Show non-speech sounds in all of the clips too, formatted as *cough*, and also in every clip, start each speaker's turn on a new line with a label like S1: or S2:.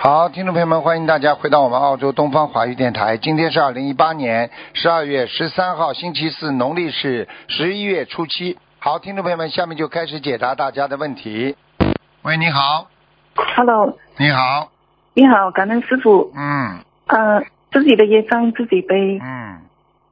S1: 好，听众朋友们，欢迎大家回到我们澳洲东方华语电台。今天是二零一八年十二月十三号，星期四，农历是十一月初七。好，听众朋友们，下面就开始解答大家的问题。喂，你好，
S2: Hello，
S1: 你好，
S2: 你好，感恩师傅。
S1: 嗯
S2: 嗯、自己的业障自己背。
S1: 嗯，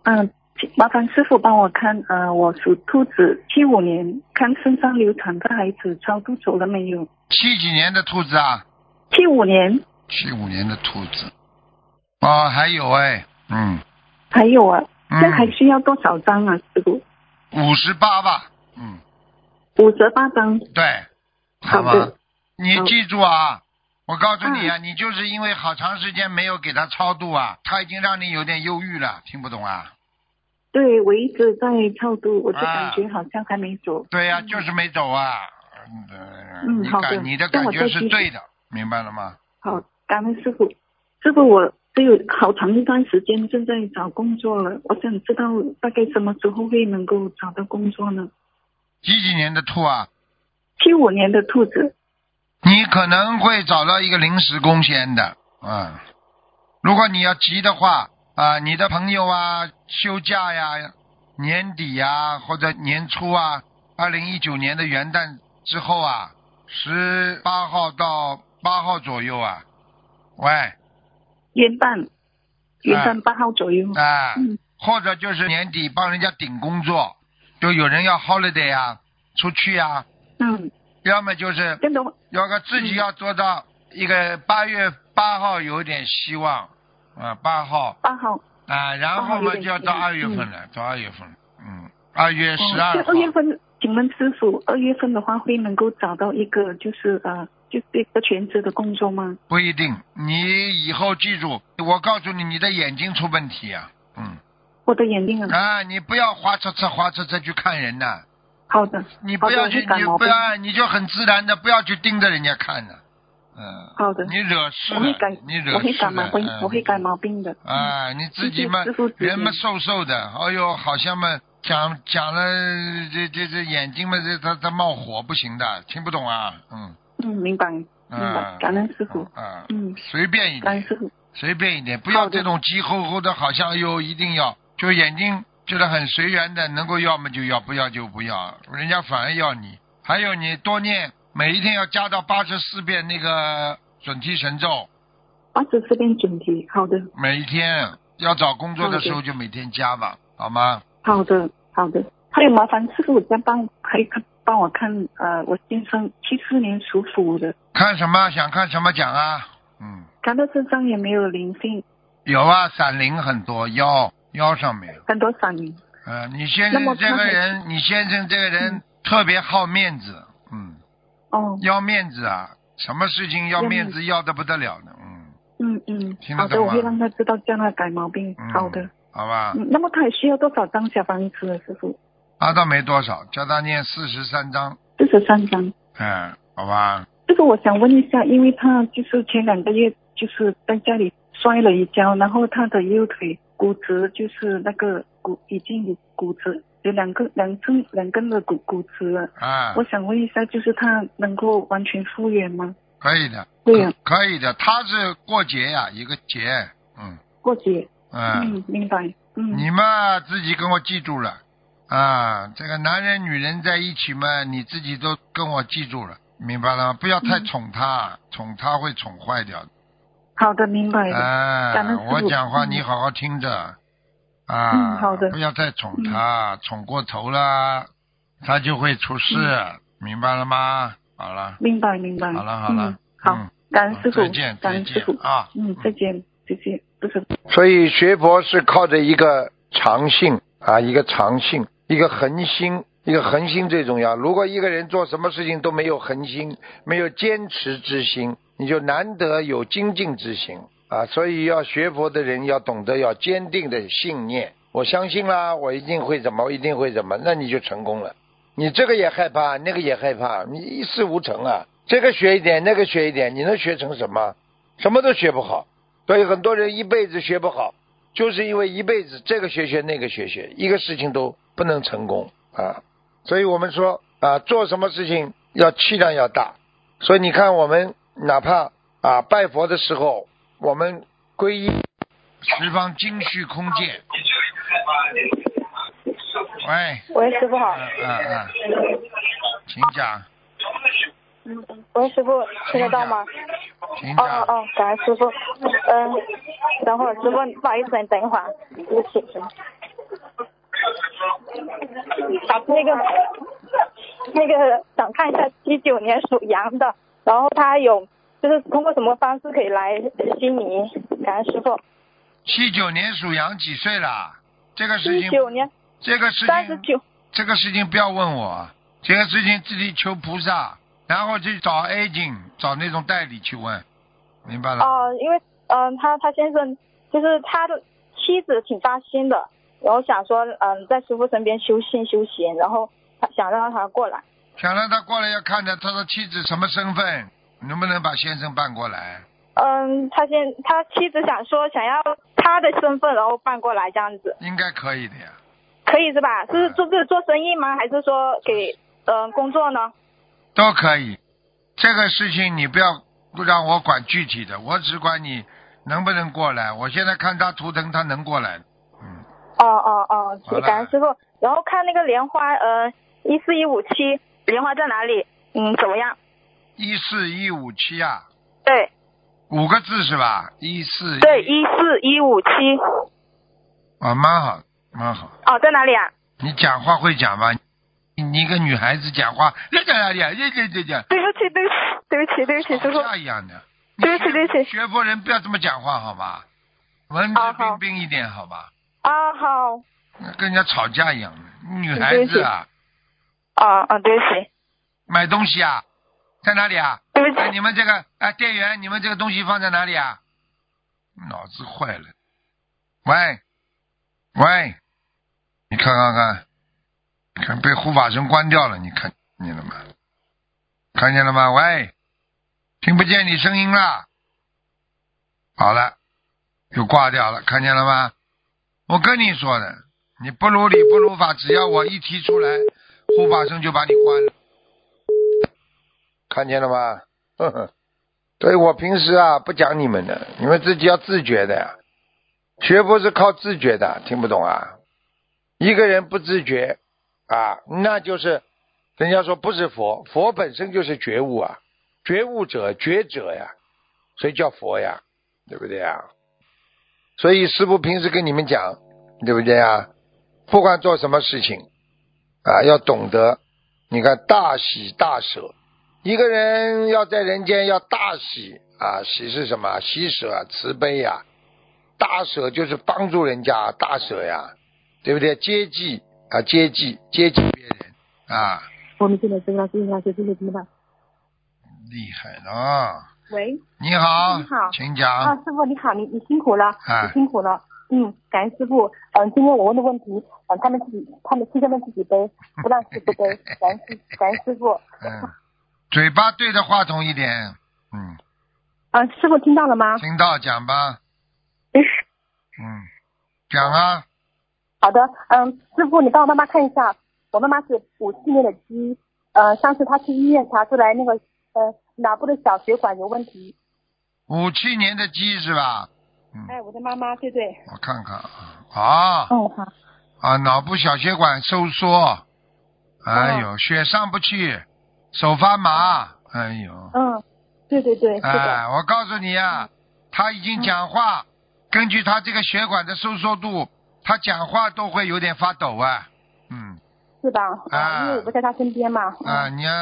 S2: 嗯、请麻烦师傅帮我看，呃，我属兔子，七五年，看身上流产的孩子超度走了没有？
S1: 七几年的兔子啊，
S2: 七五年，
S1: 七五年的兔子，哦，还有哎，嗯
S2: 还有啊，这还
S1: 嗯，
S2: 需要多少张啊，师傅？
S1: 五十八吧，嗯，
S2: 五十八张。
S1: 对，
S2: 好
S1: 吧，
S2: 的
S1: 你
S2: 嗯
S1: 记住啊，我告诉你啊，你就是因为好长时间没有给他超度啊，他已经让你有点忧郁了，听不懂啊？
S2: 对，我一直在超度，我就
S1: 啊
S2: 感觉好像还没走。
S1: 对呀、就是没走啊。嗯，
S2: 嗯
S1: 你
S2: 好的
S1: 感你的
S2: 那
S1: 感
S2: 我
S1: 觉
S2: 再
S1: 是
S2: 继续
S1: 对的，明白了吗？
S2: 好，感恩师傅。师傅，我都有好长一段时间正在找工作了，我想知道大概什么时候会能够找到工作呢？
S1: 几几年的兔啊，
S2: 七五年的兔子，
S1: 你可能会找到一个临时工先的，嗯，如果你要急的话啊，你的朋友啊，休假呀，年底呀，或者年初啊，二零一九年的元旦之后啊，十八号到八号左右啊，喂，
S2: 元旦，元旦八号左右。
S1: 啊，
S2: 嗯
S1: 或者就是年底帮人家顶工作，就有人要 holiday 啊，出去啊，
S2: 嗯，
S1: 要么就是
S2: 真的吗，
S1: 要个自己要做到一个八月八号有点希望啊，八号
S2: 八号，
S1: 啊，然后
S2: 8号有
S1: 嘛
S2: 点
S1: 就要到
S2: 希望
S1: 二月份了，到二月份了，嗯，二月十二
S2: 哦
S1: 号
S2: 这，月份，请问师傅，二月份的话会能够找到一个就是呃，就是一个全职的工作吗？
S1: 不一定。你以后记住，我告诉你，你的眼睛出问题啊，嗯
S2: 我的眼睛啊，
S1: 啊，你不要花车车花车车去看人呐、
S2: 好的，
S1: 你
S2: 好
S1: 不
S2: 的
S1: 要
S2: 哦我会
S1: 去，
S2: 改
S1: 你
S2: 毛
S1: 不
S2: 病
S1: 要，你就很自然的不要去盯着人家看的，嗯。
S2: 好的，
S1: 你惹事
S2: 我会
S1: 了
S2: 改，
S1: 你，惹事了，
S2: 我会改毛病，
S1: 嗯
S2: 我会改毛病的。
S1: 啊，你自己嘛
S2: 嗯谢谢师父指，点
S1: 人嘛瘦瘦的，哎呦，好像嘛讲讲了，这这这眼睛嘛，这它它冒火，不行的，听不懂啊，嗯，
S2: 嗯，明白，明白
S1: 啊，，
S2: 嗯感恩师傅。
S1: 啊，
S2: 嗯，
S1: 随便一
S2: 感恩
S1: 点，
S2: 师傅。
S1: 随便一点，不
S2: 好
S1: 要
S2: 的
S1: 这种急吼吼的，好像哟一定要，就眼睛觉得很随缘的，能够要么就要，不要就不要，人家反而要你。还有你多念，每一天要加到八十四遍那个准提神咒，
S2: 八十四遍准提，好的，
S1: 每一天要找工作的时候
S2: 好
S1: 就每天加
S2: 嗯
S1: 吧，好吗？
S2: 好的，好的。还有麻烦师傅再帮，还有帮我看呃，我先生七四年属虎的，
S1: 看什么想看什么讲啊，嗯，
S2: 他的身上也没有灵性，
S1: 有啊，闪灵很多，腰腰上面，
S2: 很多散灵。
S1: 呃，你先
S2: 那么
S1: 生这个
S2: 他还
S1: 人，你先生这个人
S2: 嗯
S1: 特别好面子，嗯，
S2: 哦，
S1: 要面子啊，什么事情要
S2: 要
S1: 面
S2: 面
S1: 子，要的不得了呢，嗯
S2: 嗯嗯
S1: 听，得
S2: 好的，
S1: 懂
S2: 我
S1: 吗
S2: 会让他知道，叫他改毛病。
S1: 嗯，
S2: 好的。，
S1: 好吧，
S2: 嗯，那么他还需要多少张小房子呢，师傅？
S1: 他倒没多少，叫他念四十三章，
S2: 四十三张。
S1: 嗯，好吧，
S2: 这个我想问一下，因为他就是前两个月就是在家里摔了一跤，然后他的右腿骨折，就是那个骨已经有骨折，有两个两根两根的骨骨折了。
S1: 啊，
S2: 我想问一下，就是他能够完全复原吗？
S1: 可以的，
S2: 对呀、
S1: 可以的，他是过节呀、一个节，嗯
S2: 过节。
S1: 嗯。
S2: 嗯，明白。嗯，
S1: 你嘛自己跟我记住了啊，这个男人女人在一起嘛，你自己都跟我记住了，明白了吗？不要太
S2: 嗯
S1: 宠他，宠他会宠坏掉的。
S2: 好的，明白的。
S1: 哎、
S2: 感恩师
S1: 我
S2: 父
S1: 讲话
S2: 嗯
S1: 你好好听着啊，
S2: 嗯好的嗯
S1: 不要再宠他，宠过头了，他就会出事，
S2: 嗯
S1: 明白了吗？好了，
S2: 明白，明白。
S1: 好了好了
S2: 嗯，好，
S1: 嗯
S2: 感恩师傅
S1: 再见，再
S2: 感恩师
S1: 见
S2: 傅。
S1: 啊，
S2: 嗯，再见，再见，不是。
S1: 所以学佛是靠着一个常性啊，一个常性，一个恒心，一个恒心最重要。如果一个人做什么事情都没有恒心，没有坚持之心，你就难得有精进之心啊。所以要学佛的人要懂得要坚定的信念，我相信啦，我一定会怎么，我一定会怎么，那你就成功了。你这个也害怕，那个也害怕，你一事无成啊。这个学一点，那个学一点，你能学成什么？什么都学不好。所以很多人一辈子学不好，就是因为一辈子这个学学那个学学，一个事情都不能成功啊。所以我们说啊，做什么事情要气量要大。所以你看，我们哪怕啊，拜佛的时候，我们皈依十方精虚空界。喂，
S3: 喂，师傅好
S1: 嗯。嗯嗯，请讲，
S3: 嗯，喂，师傅，听得到吗？
S1: 请
S3: 哦哦
S1: 讲，
S3: 哦，感恩师傅。嗯、等会儿，师傅，不好意思，你等一会儿，啊对不起。把那个那个想看一下一九年属羊的，然后他有就是通过什么方式可以来悉尼？感恩师傅。
S1: 七九年属羊几岁了？这个事
S3: 一
S1: 情，
S3: 九年
S1: 这个事
S3: 三十
S1: 情，
S3: 九，
S1: 这个事情不要问我，这个事情自己求菩萨，然后去找 agent，找那种代理去问，明白了？
S3: 哦、因为嗯、他他先生就是他的妻子挺发心的，然后想说嗯、在师傅身边修心修行，然后他想让他过来。
S1: 想让他过来要看的他的妻子什么身份，能不能把先生办过来？
S3: 嗯，他先他妻子想说想要他的身份，然后办过来这样子，
S1: 应该可以的呀。
S3: 可以是吧？是做这做生意吗？还是说给嗯、呃工作呢？
S1: 都可以。这个事情你不要让我管具体的，我只管你能不能过来。我现在看他图腾，他能过来。嗯，
S3: 哦哦哦
S1: 好了，
S3: 感恩师傅。然后看那个莲花，呃，一四一五七莲花在哪里？嗯，怎么样？
S1: 一四一五七啊，
S3: 对
S1: 五个字是吧？一四
S3: 对，一四一五七
S1: 啊，蛮好，蛮好。
S3: 哦，在哪里啊？
S1: 你讲话会讲吗？你你一个女孩子讲话，这这这这这这这，
S3: 对不起，对不起，对不起，对不起，师傅
S1: 吵。架一样的。
S3: 对不起对不起
S1: 学佛人不要这么讲话好吗？文质
S3: 好好
S1: 彬彬一点好吧？
S3: 啊，好，
S1: 跟人家吵架一样的，女孩子啊。
S3: 啊啊，对不起，
S1: 买东西啊，在哪里啊？
S3: 对不
S1: 哎，
S3: 起，
S1: 你们这个哎，店员，你们这个东西放在哪里啊？脑子坏了，喂，喂，你看看看，看被护法神关掉了，你看见了吗？看见了吗？喂，听不见你声音了。好了，又挂掉了，看见了吗？我跟你说的，你不如理不如法，只要我一提出来，护法神就把你关了。看见了吗？呵呵， *laughs* 所以我平时啊不讲你们的，你们自己要自觉的呀。学佛是靠自觉的，听不懂啊？一个人不自觉啊，那就是人家说不是佛，佛本身就是觉悟啊，觉悟者觉者呀，所以叫佛呀，对不对啊？所以师傅平时跟你们讲，对不对啊？不管做什么事情啊，要懂得，你看大喜大舍，一个人要在人间要大喜啊，喜是什么？喜舍啊，慈悲呀、大舍就是帮助人家，大舍呀，对不对？接济啊，接济接济别人啊，
S4: 我们进来，师傅老师，谢谢老师，谢谢听吧。
S1: 厉害了啊！
S4: 喂，
S1: 你好，
S4: 你好
S1: 请
S4: 啊，
S1: 讲。
S4: 师傅你好，你你辛苦了，
S1: 哎
S4: 你辛苦了。嗯，感恩师傅。嗯，今天我问的问题，嗯，他们自己，他们师兄们自己背，不让师傅背。感恩师，感恩师傅。
S1: 嗯，嘴巴对着话筒一点。嗯，
S4: 啊，师傅听到了吗？
S1: 听到讲吧。嗯，讲啊。
S4: 好的，嗯，师傅，你帮我妈妈看一下，我妈妈是五七年的鸡，呃，上次她去医院查出来那个呃脑部的小血管有问题。
S1: 五七年的鸡是吧？嗯，
S4: 哎，我的妈妈，对对。
S1: 我看看啊。啊。
S3: 哦
S4: 嗯，好。
S1: 啊，脑部小血管收缩，
S4: 哦
S1: 哎呦，血上不去，手发麻，哎呦，
S4: 嗯，对对对，是的。
S1: 哎，我告诉你啊，他已经讲话，根据他这个血管的收缩度，他讲话都会有点发抖啊，嗯，
S4: 是吧？啊因为我不在他身边嘛。嗯
S1: 啊，你要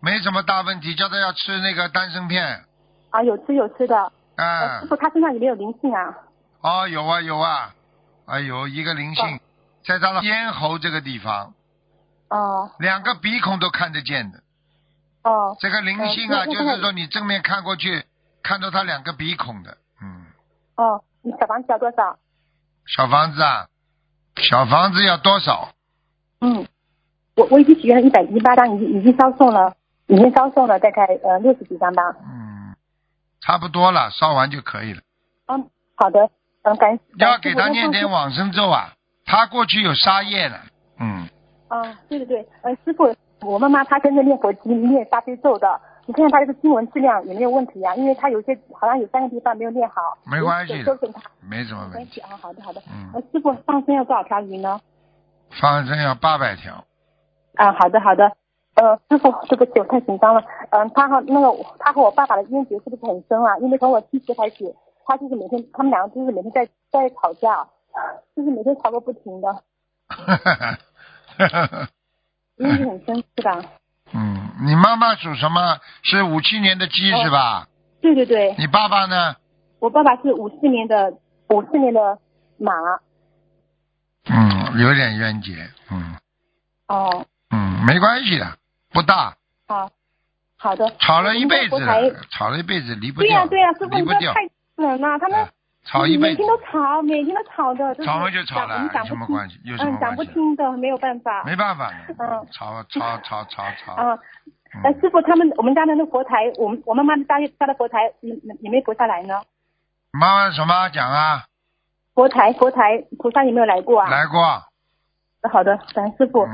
S1: 没什么大问题，叫他要吃那个丹参片，
S4: 啊，有吃有吃的。
S1: 哎
S4: 呃师，傅，他身上有没有灵性啊？
S1: 哦，有啊有啊，哎呦，一个灵性，在他的咽喉这个地方，
S4: 哦
S1: 两个鼻孔都看得见的。
S4: 哦
S1: 这个灵性啊，
S4: 嗯那
S1: 就是说你正面看过去，看到他两个鼻孔的，嗯，
S4: 哦，你小房子要多少？
S1: 小房子啊，小房子要多少？
S4: 嗯，我我已经许愿了一百零八张，已经已经烧送了，已经烧送了大概呃六十几张吧。
S1: 嗯，差不多了，烧完就可以了。
S4: 嗯，好的，嗯，感
S1: 要给他念。
S4: 感谢师
S1: 点
S4: 傅
S1: 往生咒啊，他过去有沙业的，嗯，
S4: 啊那上次嗯，对对对，呃，师傅，我妈妈她跟着念佛经、念大悲咒的，你看看他这个经文质量有没有问题啊？因为他有些好像有三个地方没有练好，
S1: 没关系的
S4: 修正他。
S1: 没什么
S4: 没
S1: 问
S4: 关
S1: 题。
S4: 系啊，好的好的。
S1: 嗯
S4: 呃，师傅上身要多少条鱼呢？
S1: 放生要八百条，
S4: 啊，好的好的。呃，师傅，对不起，我太紧张了。嗯、他和那个他和我爸爸的冤结是不是很深啊？因为从我七岁开始，他就是每天，他们两个就是每天在在吵架，就是每天吵个不停的，冤结很深是吧？
S1: *laughs* 嗯，你妈妈属什么？是五七年的鸡是吧？
S4: 对对对，
S1: 你爸爸呢？
S4: 我爸爸是五四年的五四年的马。
S1: 嗯，有点冤结，嗯
S4: 哦，
S1: 嗯，没关系的，不大，
S4: 好，好的。
S1: 吵了一辈子
S4: 我们在佛台
S1: 了，吵了一辈子离不
S4: 对呀、
S1: 掉，
S4: 对呀、师傅，
S1: 离
S4: 你
S1: 不
S4: 不要
S1: 掉，
S4: 太冷了，他们
S1: 啊吵一辈
S4: 每
S1: 子
S4: 天，都吵，每天都吵的，就是
S1: 吵了就吵了
S4: 讲
S1: 有
S4: 我们，讲
S1: 什么
S4: 不听，
S1: 关系？有什么
S4: 嗯，讲不
S1: 关系？啊
S4: 听的，没有办法。
S1: 没办法
S4: 嗯，
S1: 吵吵吵吵吵，嗯
S4: 啊，呃，师傅，他们我们家的那个佛台，我们我妈妈的家家的佛台，也也没菩萨来呢。
S1: 妈妈什么讲啊？
S4: 佛台佛台菩萨有没有来过啊？
S1: 来过，
S4: 好的，感恩师傅。
S1: 嗯，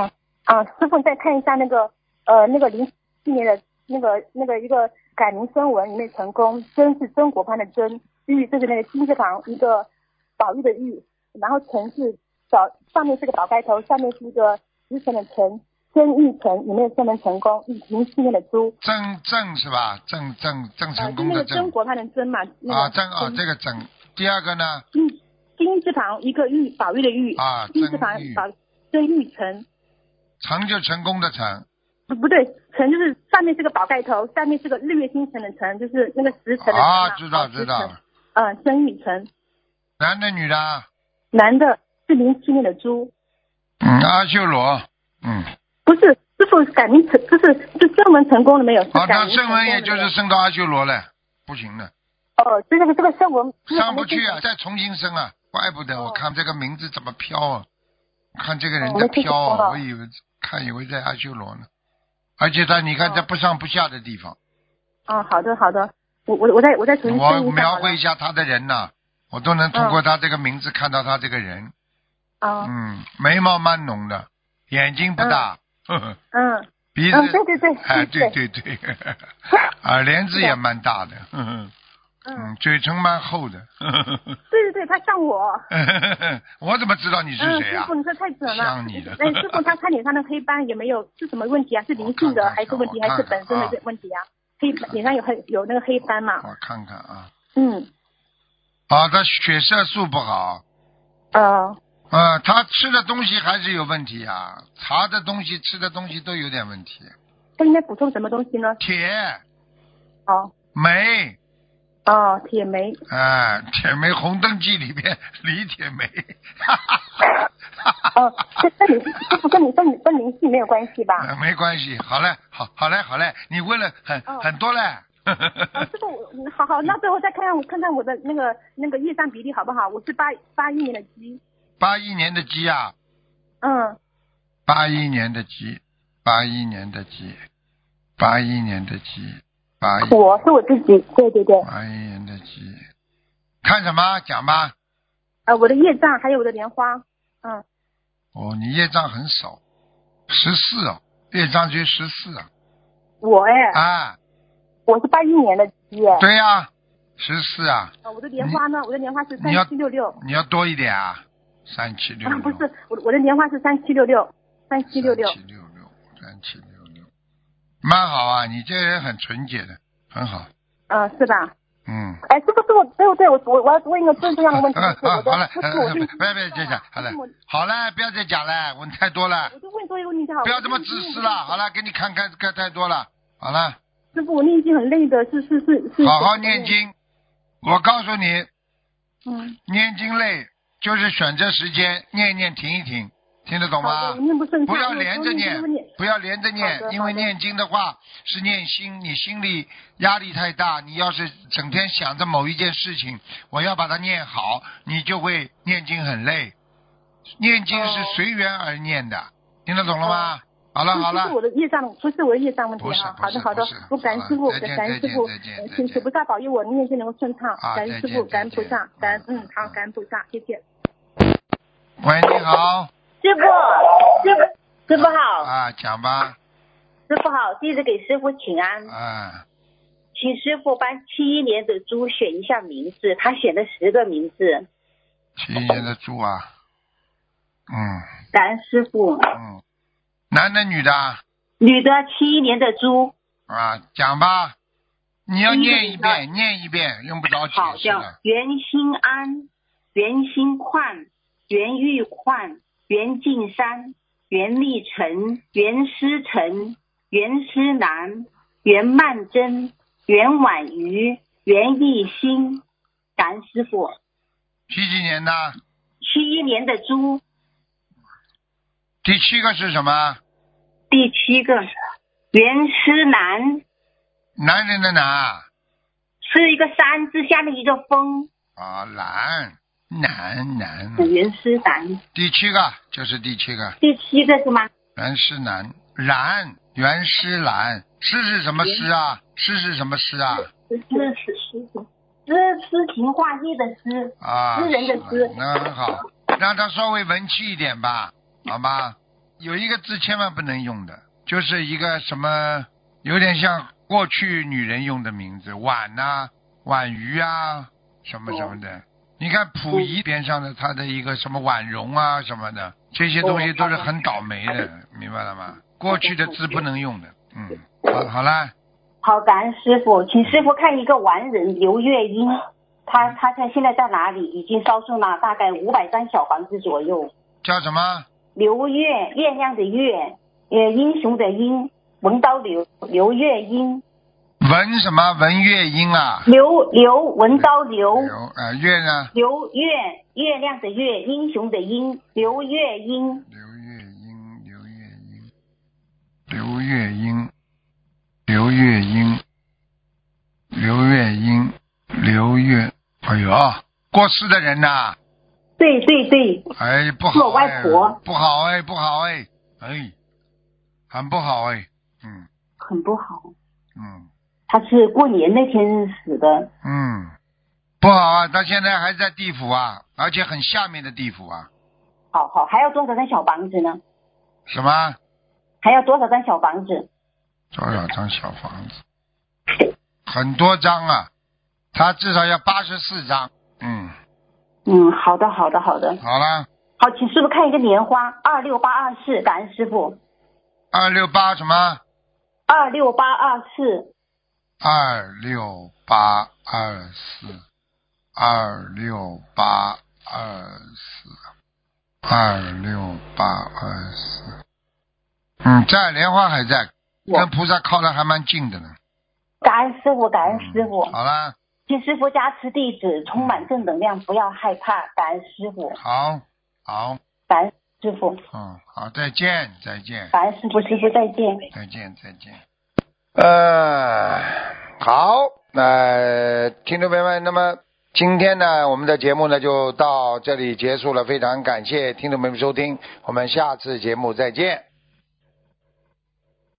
S4: 啊啊，师傅，你再看一下那个呃那个零七年的那个那个一个改名声文有没有成功？真是曾国藩的真，玉就是那个金字旁一个宝玉的玉，然后陈是早上面是个宝盖头，下面是一个之前的陈，真玉成有没有证门成功？零七年的猪，
S1: 郑郑是吧？郑郑郑
S4: 呃，
S1: 啊成
S4: 就
S1: 功
S4: 那
S1: 的
S4: 个
S1: 郑
S4: 曾国藩的曾嘛，那个
S1: 啊，郑啊
S4: 曾
S1: 这个郑，第二个呢
S4: 金金字旁一个玉，宝玉的玉，
S1: 啊，
S4: 金字
S1: 郑
S4: 旁
S1: 玉
S4: 宝真玉成。
S1: 成就成功的成
S4: 不对，辰就是上面是个宝盖头，下面是个日月星辰的辰，就是那个时辰的辰嘛
S1: 啊，知道知。
S4: 哦
S1: 道
S4: 时辰，嗯，生育辰，
S1: 男的女的，
S4: 男的是零七年的猪，
S1: 嗯，阿修罗，嗯，
S4: 不是师傅改名成，就是就正文成功了没有？是
S1: 好，
S4: 改
S1: 哦那
S4: 名
S1: 正文也
S4: 成功
S1: 就
S4: 了没有
S1: 是升到阿修罗了，不行了，
S4: 哦，就这个这个正文
S1: 上不去啊，再重新升啊，怪不得我看这个名字怎么飘啊，看这个人在飘啊，
S4: 哦哦
S1: 我以为看以为在阿修罗呢，而且他你看在不上不下的地方，
S4: 哦，好的好的，我我我再我再重新
S1: 我
S4: 升一下
S1: 描
S4: 好了嗯
S1: 绘一下他的人呐、我都能通过他这个名字看到他这个人，
S4: 啊，
S1: 嗯，眉毛蛮浓的，眼睛不大，呵呵，
S4: 嗯
S1: *laughs* 鼻子
S4: 嗯，对对对，
S1: 哎，对
S4: 对，
S1: 对对，
S4: *laughs*
S1: 啊，帘子也蛮大的，呵呵
S4: 嗯
S1: *laughs* 嗯，嘴唇蛮厚的， *laughs* 呵
S4: 对对对，他像我。
S1: 呵我怎么知道你是
S4: 嗯，
S1: 谁
S4: 师
S1: 啊
S4: 傅，？你说太准了。
S1: 像你的
S4: 哎，师傅，他看脸上的黑斑有没有是什么问题啊？是灵性
S1: 我
S4: 的
S1: 看看
S4: 还是问题，
S1: 我看
S4: 还
S1: 看
S4: 是本身的这问题啊？黑斑脸上有黑有那个黑斑嘛？
S1: 我看看啊，
S4: 嗯，
S1: 啊，他血色素不好，
S4: 呃，
S1: 啊，他吃的东西还是有问题啊，查的东西、吃的东西都有点问题，
S4: 他应该补充什么东西呢？
S1: 铁、
S4: 哦
S1: 煤，
S4: 哦，铁梅。
S1: 啊，铁梅《红灯记》里面李铁梅，哈哈哈哈哈
S4: 哦，这这里师傅跟你跟你跟灵性没有关系吧？
S1: 呃没关系，好嘞，好，好嘞，好嘞，你问了很、
S4: 哦
S1: 很多嘞。
S4: 哦，师傅，我好好，那最后再看看我看看我的那个那个业障比例好不好？我是八八一年的鸡，
S1: *laughs* 八一年的鸡啊，
S4: 嗯，
S1: 八一年的鸡，八一年的鸡，八一年的鸡，八一
S4: 我是我自己，对对对，
S1: 八一年的鸡，看什么？讲吧。
S4: 呃，我的业障还有我的莲花，嗯，
S1: 哦，你业障很少，十四哦，业障就十四啊。
S4: 我哎，
S1: 啊，
S4: 我是八一年的鸡，哎。
S1: 对呀、十四啊，
S4: 啊，我的莲花呢？我的莲花是
S1: 你要
S4: 三七六六
S1: 你要多一点啊，三七六
S4: 啊
S1: 六，，
S4: 不是我我的莲花是三七六六，三七六六
S1: 三。七六六，三七六六，蛮好啊，你这个人很纯洁的，很好，
S4: 呃，是吧？
S1: 嗯。
S4: 哎，师傅，师傅，对对，我我我要问一个最重要
S1: *laughs*
S4: 的问题，就是
S1: 啊
S4: 我的
S1: 好了，
S4: 不是我
S1: 呃
S4: 就
S1: 别别再讲，好了
S4: 我，
S1: 好了，不要再讲了，问太多了，
S4: 我就问多一个问题好。
S1: 不要这么自私了，好了，给你看看看太多了，好了，
S4: 师傅，我念经很累的，是是是是。
S1: 好好念。经，我告诉你，
S4: 嗯。
S1: 念经累就是选择时间念一念停一停，听得懂
S4: 好
S1: 吗
S4: 的，我？念不顺畅。
S1: 不要连着念
S4: 我念，
S1: 不要连着念
S4: 好，的
S1: 因为念经的话是念心，你心里压力太大，你要是整天想着某一件事情，我要把它念好，你就会念经很累。念经是
S4: 哦
S1: 随缘而念的，听得懂了吗？好了好
S4: 不
S1: 了
S4: 是，我的业障，不是我的业障问题
S1: 不是
S4: 啊。
S1: 不
S4: 好
S1: 是
S4: 的好的
S1: 不是，
S4: 我感恩师傅，
S1: 好了再见
S4: 感恩师傅
S1: 再见再见，
S4: 请
S1: 再见
S4: 请菩萨保佑我念经能够顺畅。
S1: 啊
S4: 感
S1: 再
S4: 恩师
S1: 见
S4: 傅，感恩
S1: 再
S4: 菩
S1: 见
S4: 萨，感恩
S1: 嗯
S4: 嗯好，感恩菩萨，谢谢。
S1: 喂，你好，
S5: 师傅，师傅，师傅好，
S1: 啊，讲吧，
S5: 师傅好，弟子给师傅请安，
S1: 啊，
S5: 请师傅帮七一年的猪选一下名字，他选了十个名字，
S1: 七一年的猪啊，嗯
S5: 感恩师傅。
S1: 嗯，男的女的啊
S5: 女的七一年的猪，
S1: 啊，讲吧，你要
S5: 嗯
S1: 念一
S5: 好
S1: 遍，念一遍，用不着解
S5: 好
S1: 释
S5: 叫
S1: 的，
S5: 袁心安、袁心焕、袁玉焕、袁静山、袁立成、袁思成、袁思南、袁曼珍、袁婉瑜、袁艺兴，感恩师傅。
S1: 几几年的？
S5: 七一年的猪，
S1: 第七个是什么？
S5: 第七个袁思南
S1: 男人的男啊
S5: 是一个山字下面一个风，
S1: 啊，男男男，
S5: 袁思南。
S1: 第七个就是第七个，
S5: 第七个是吗？
S1: 袁诗南，然袁诗兰，诗是什么诗啊？诗是什么诗啊？
S5: 是是是，诗诗情画意的诗。
S1: 啊，
S5: 诗人的诗
S1: 是那很好，让他稍微文气一点
S5: *laughs*
S1: 吧，好吗？有一个字千万不能用的，就是一个什么，有点像过去女人用的名字，婉呐、婉瑜啊，什么什么
S5: 哦
S1: 的。你看溥仪边上的他的一个什么婉容啊什么的，这些东西都是很倒霉
S5: 哦
S1: 的， *laughs* 明白了吗？过去的字不能用的，嗯，
S5: 哦
S1: 好，好啦，
S5: 好，感恩师傅，请师傅看一个完人刘月英，他他在现在在哪里？已经烧送了大概五百张小房子左右。
S1: 叫什么？
S5: 刘月，月亮的月，呃，英雄的英，文刀刘刘月英，
S1: 文什么？文月英啊？
S5: 刘刘文刀刘
S1: 刘啊、月呢？
S5: 刘月，月亮的月，英雄的英，刘月英，
S1: 刘月英，刘月英，刘月英，刘月英，刘月英，刘月，哎呦，过世的人呐、
S5: 对对对，
S1: 哎，不
S5: 是
S1: 好、哎，
S5: 我外婆
S1: 不好哎，不好哎，哎，很不好哎，嗯
S5: 很不好，
S1: 嗯
S5: 他是过年那天死的，
S1: 嗯，不好啊，他现在还在地府啊，而且很下面的地府啊，
S5: 好好，还要多少张小房子呢？
S1: 什么？
S5: 还要多少张小房子？
S1: 多少张小房子？很多张啊，他至少要八十四张。嗯，
S5: 嗯，好的，好的，好的。
S1: 好了，
S5: 好，请师傅看一个莲花，二六八二四，感恩师傅。
S1: 二六八什么？
S5: 二六八二四，
S1: 二六八二四，二六八二四，二六八二四。嗯，在莲花还在，跟菩萨靠的还蛮近的呢。
S5: 感恩师傅，感恩哎师傅
S1: 嗯。好啦，
S5: 请师傅加持弟子，充满正能量，不要害怕。感恩师傅，
S1: 好，好，
S5: 感恩师傅，
S1: 嗯，好，再见，再见，
S5: 感恩师傅，师傅再见。
S1: 再见，再见。呃，好，那、听众朋友们，那么今天呢，我们的节目呢就到这里结束了，非常感谢听众朋友们收听，我们下次节目再见。